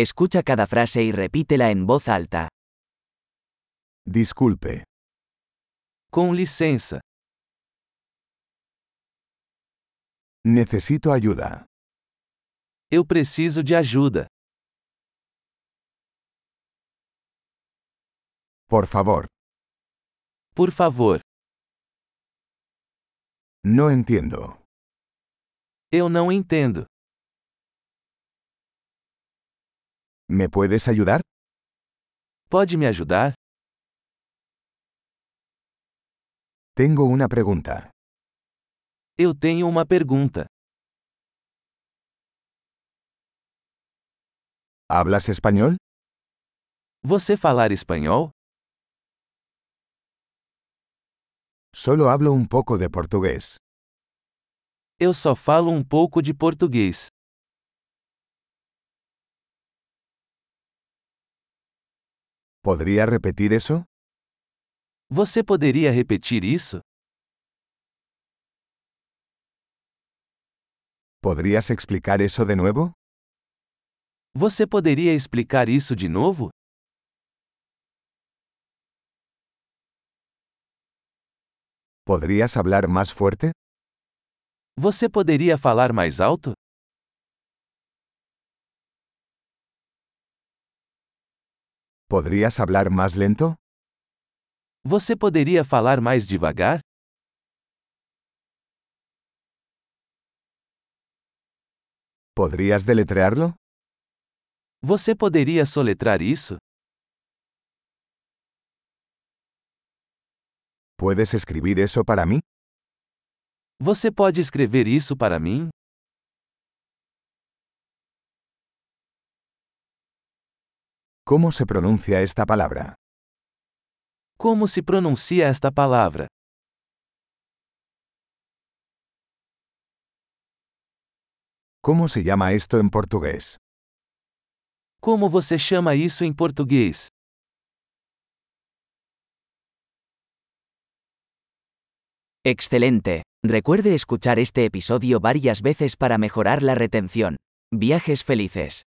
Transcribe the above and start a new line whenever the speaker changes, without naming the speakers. Escucha cada frase y repítela en voz alta.
Desculpe.
Com licença.
Necesito ayuda.
Eu preciso de ajuda.
Por favor.
Por favor.
No entiendo.
Eu não entendo.
¿Me puedes ayudar?
Pode me ajudar?
Tengo una pregunta.
Eu tenho uma pergunta.
¿Hablas español?
Você falar espanhol?
Solo hablo un poco de portugués.
Eu só falo um pouco de português.
¿Podría repetir eso?
Você poderia repetir isso?
¿Podrías explicar eso de nuevo?
Você poderia explicar isso de novo?
¿Podrías hablar más fuerte?
Você poderia falar mais alto?
¿Podrías hablar más lento?
Você poderia falar mais devagar?
¿Podrías deletrearlo?
Você poderia soletrar isso?
¿Puedes escribir eso para mí?
Você pode escrever isso para mim?
¿Cómo se pronuncia esta palabra?
Como se pronuncia esta palavra?
¿Cómo se llama esto en portugués?
Como você chama isso em português?
Excelente. Recuerde escuchar este episodio varias veces para mejorar la retención. Viajes felices.